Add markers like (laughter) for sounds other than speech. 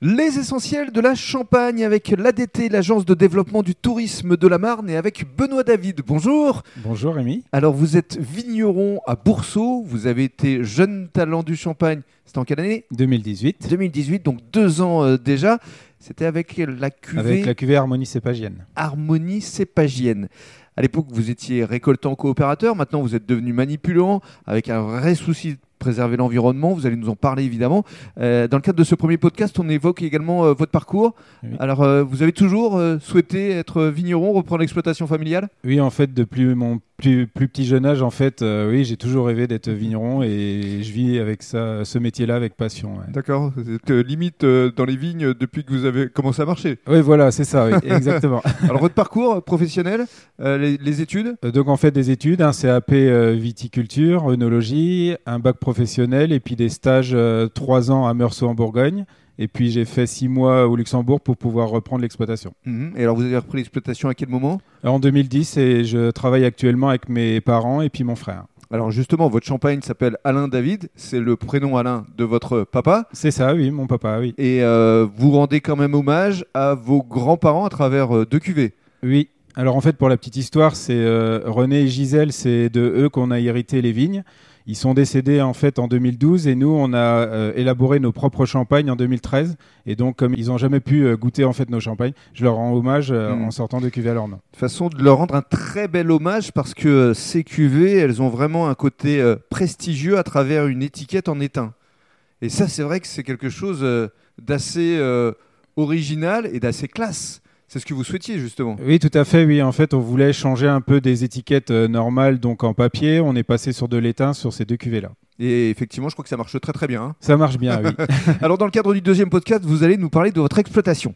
Les essentiels de la Champagne avec l'ADT, l'agence de développement du tourisme de la Marne, et avec Benoît David. Bonjour. Bonjour Rémi. Alors vous êtes vigneron à Boursault, vous avez été jeune talent du Champagne, c'était en quelle année 2018. 2018, donc deux ans euh, déjà. C'était avec la cuvée Avec la cuvée Harmonie Cépagienne. Harmonie Cépagienne. À l'époque, vous étiez récoltant coopérateur, maintenant vous êtes devenu manipulant avec un vrai souci de préserver l'environnement, vous allez nous en parler évidemment. Euh, dans le cadre de ce premier podcast, on évoque également euh, votre parcours. Oui. Alors, euh, vous avez toujours euh, souhaité être vigneron, reprendre l'exploitation familiale Oui, en fait, depuis mon plus, plus petit jeune âge, en fait, euh, oui, j'ai toujours rêvé d'être vigneron et je vis avec ça, ce métier-là avec passion. ouais. D'accord, vous êtes limite euh, dans les vignes depuis que vous avez commencé à marcher. Oui, voilà, c'est (laughs) ça, oui, exactement. Alors, votre parcours professionnel, les, études Euh, Donc, en fait, des études, un CAP euh, viticulture, œnologie, un bac professionnel et puis des stages euh, trois ans à Meursault en Bourgogne. Et puis, j'ai fait six mois au Luxembourg pour pouvoir reprendre l'exploitation. Mhm. Et alors, vous avez repris l'exploitation à quel moment Alors, En 2010, et je travaille actuellement avec mes parents et puis mon frère. Alors, justement, votre champagne s'appelle Alain David, c'est le prénom Alain de votre papa. C'est ça, oui, mon papa, oui. Et euh, vous rendez quand même hommage à vos grands-parents à travers euh, deux cuvées. Oui. Alors en fait, pour la petite histoire, c'est euh, René et Gisèle, c'est de eux qu'on a hérité les vignes. Ils sont décédés en fait en 2012 et nous, on a euh, élaboré nos propres champagnes en 2013. Et donc, comme ils n'ont jamais pu euh, goûter en fait nos champagnes, je leur rends hommage euh, Mm. en sortant de cuvée à leur nom. Façon de leur rendre un très bel hommage parce que euh, ces cuvées, elles ont vraiment un côté euh, prestigieux à travers une étiquette en étain. Et ça, c'est vrai que c'est quelque chose euh, d'assez euh, original et d'assez classe. C'est ce que vous souhaitiez justement. Oui, tout à fait. Oui, en fait, on voulait changer un peu des étiquettes euh, normales, donc en papier. On est passé sur de l'étain sur ces deux cuvées là. Et effectivement, je crois que ça marche très très bien. hein. Ça marche bien, oui. Alors, dans le cadre du deuxième podcast, vous allez nous parler de votre exploitation.